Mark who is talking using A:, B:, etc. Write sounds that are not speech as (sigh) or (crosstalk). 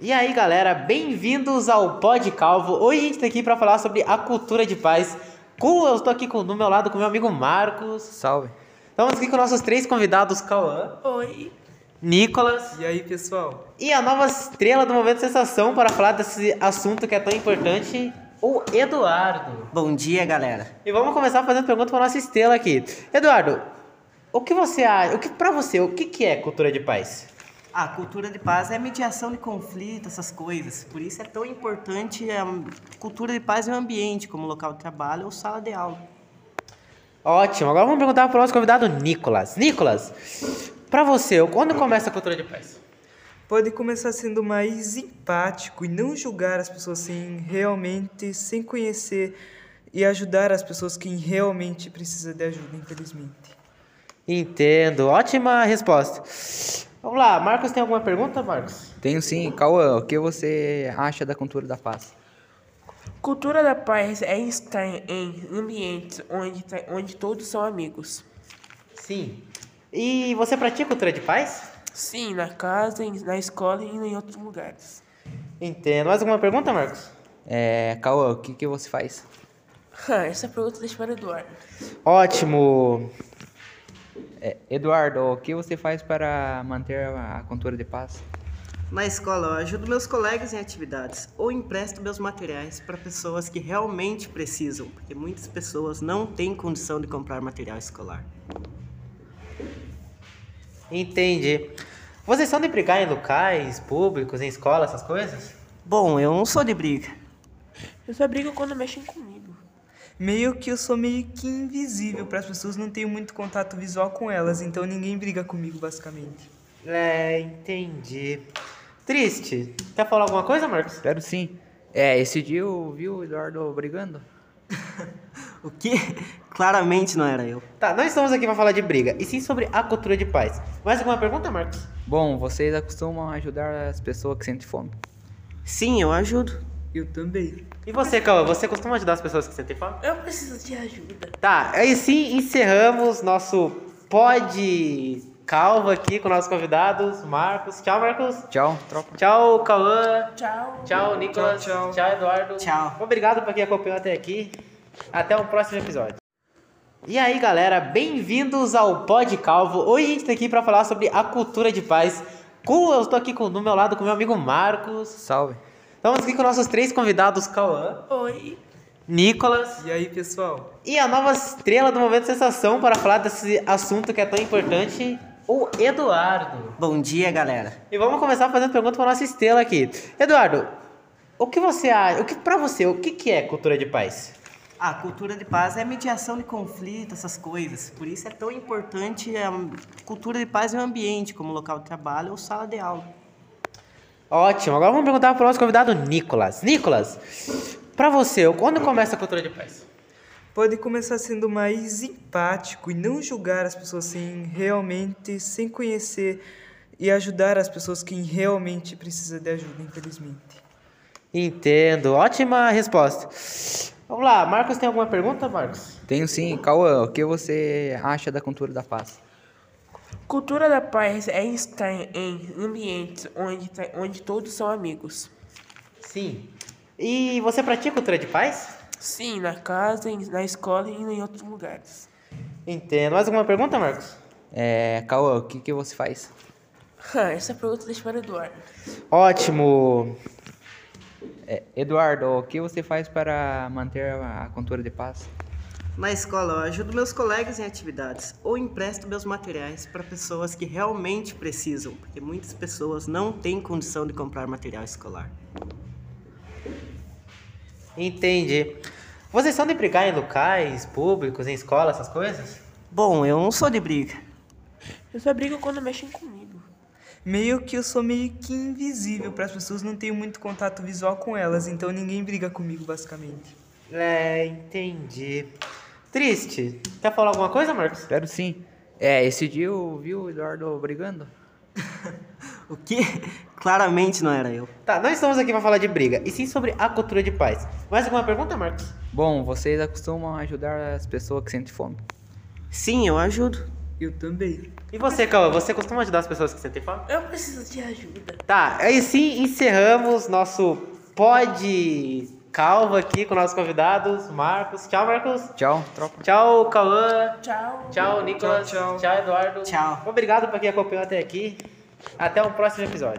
A: E aí, galera, bem-vindos ao Pod Calvo. Hoje a gente tá aqui pra falar sobre a cultura de paz. Com, eu tô aqui com, do meu lado com meu amigo Marcos.
B: Salve.
A: Estamos aqui com nossos três convidados, Cauã,
B: Oi.
A: Nicolas
B: E aí, pessoal?
A: e a nova estrela do Momento Sensação para falar desse assunto que é tão importante, o Eduardo.
B: Bom dia, galera.
A: E vamos começar fazendo pergunta pra nossa estrela aqui. Eduardo, o que você acha, o que, pra você, o que, que é cultura de paz?
C: A cultura de paz é mediação de conflito, essas coisas. Por isso é tão importante a cultura de paz no ambiente, como local de trabalho ou sala de aula.
A: Ótimo, agora vamos perguntar para o nosso convidado Nicolas. Nicolas, para você, quando começa a cultura de paz?
B: Pode começar sendo mais empático e não julgar as pessoas sem realmente, sem conhecer e ajudar as pessoas que realmente precisam de ajuda, infelizmente.
A: Entendo, ótima resposta. Vamos lá, Marcos tem alguma pergunta, Marcos?
D: Tenho sim. Cauã, o que você acha da cultura da paz?
E: Cultura da paz é estar em ambientes onde, ta- onde todos são amigos.
A: Sim. E você pratica cultura de paz?
E: Sim, na casa, em- na escola e em outros lugares.
A: Entendo. Mais alguma pergunta, Marcos?
D: É, Cauã, o que, que você faz?
E: Ah, essa pergunta deixa para o Eduardo.
A: Ótimo.
D: É, Eduardo, o que você faz para manter a a cultura de paz?
C: Na escola, eu ajudo meus colegas em atividades ou empresto meus materiais para pessoas que realmente precisam, porque muitas pessoas não têm condição de comprar material escolar.
A: Entendi. Vocês são de brigar em locais públicos, em escola, essas coisas?
C: Bom, eu não sou de briga.
E: Eu só brigo quando mexem comigo.
B: Meio que eu sou meio que invisível para as pessoas, não tenho muito contato visual com elas, então ninguém briga comigo, basicamente.
A: É, entendi. Triste. Quer falar alguma coisa, Marcos?
D: Espero sim. É, esse dia eu vi o Eduardo brigando.
C: O que (laughs) claramente não era eu.
A: Tá, não estamos aqui pra falar de briga, e sim sobre a cultura de paz. Mais alguma pergunta, Marcos?
D: Bom, vocês acostumam ajudar as pessoas que sentem fome.
C: Sim, eu ajudo.
B: Eu também.
A: E você, Cauã, você costuma ajudar as pessoas que sentem fome?
E: Eu preciso de ajuda.
A: Tá, aí sim encerramos nosso pod calvo aqui com nossos convidados, Marcos. Tchau, Marcos.
D: Tchau, tropa.
A: Tchau, Cauã.
E: Tchau.
A: Tchau, Nicolas.
B: Tchau, tchau.
A: Eduardo.
C: Tchau.
A: Obrigado pra quem acompanhou até aqui. Até o próximo episódio. E aí, galera, bem-vindos ao Pod Calvo. Hoje a gente tá aqui pra falar sobre a cultura de paz. Com, eu tô aqui com, do meu lado com meu amigo Marcos.
D: Salve.
A: Estamos aqui com nossos três convidados, Cauã,
E: Oi.
A: Nicolas
B: E aí, pessoal?
A: e a nova estrela do Momento Sensação para falar desse assunto que é tão importante, o Eduardo.
C: Bom dia, galera.
A: E vamos começar fazendo pergunta para nossa estrela aqui. Eduardo, o que você acha, o que para você, o que que é cultura de paz?
C: A cultura de paz é mediação de conflito, essas coisas. Por isso é tão importante a cultura de paz no ambiente, como local de trabalho ou sala de aula.
A: Ótimo. Agora vamos perguntar para o nosso convidado Nicolas. Nicolas, para você, quando começa a cultura de paz?
B: Pode começar sendo mais empático e não julgar as pessoas sem realmente, sem conhecer e ajudar as pessoas que realmente precisam de ajuda, infelizmente.
A: Entendo. Ótima resposta. Vamos lá, Marcos tem alguma pergunta, Marcos?
D: Tenho sim. Cauã, o que você acha da cultura da paz?
E: Cultura da paz é estar em ambientes onde, ta- onde todos são amigos.
A: Sim. E você pratica cultura de paz?
E: Sim, na casa, em- na escola e em outros lugares.
A: Entendo. Mais alguma pergunta, Marcos?
D: É, Cauã, o que, que você faz?
E: Ah, essa pergunta deixa para o Eduardo.
A: Ótimo.
D: É, Eduardo, o que você faz para manter a a cultura de paz?
C: Na escola, eu ajudo meus colegas em atividades ou empresto meus materiais para pessoas que realmente precisam, porque muitas pessoas não têm condição de comprar material escolar.
A: Entendi. Vocês são de brigar em locais públicos, em escola, essas coisas?
C: Bom, eu não sou de briga.
E: Eu só brigo quando mexem comigo.
B: Meio que eu sou meio que invisível para as pessoas, não tenho muito contato visual com elas, então ninguém briga comigo, basicamente.
A: É, entendi. Triste. Quer falar alguma coisa, Marcos?
D: Espero sim. É, esse dia eu vi o Eduardo brigando.
C: O que (laughs) claramente não era eu.
A: Tá, não estamos aqui para falar de briga, e sim sobre a cultura de paz. Mais alguma pergunta, Marcos?
D: Bom, vocês acostumam ajudar as pessoas que sentem fome.
C: Sim, eu ajudo.
B: Eu também.
A: E você, Cauã, você costuma ajudar as pessoas que sentem fome?
E: Eu preciso de ajuda.
A: Tá, aí sim encerramos nosso pod calvo aqui com nossos convidados, Marcos. Tchau, Marcos.
D: Tchau, tropa.
A: Tchau, Cauã.
E: Tchau.
A: Tchau, Nicolas.
B: Tchau, tchau.
A: Eduardo.
C: Tchau.
A: Obrigado pra quem acompanhou até aqui. Até o próximo episódio.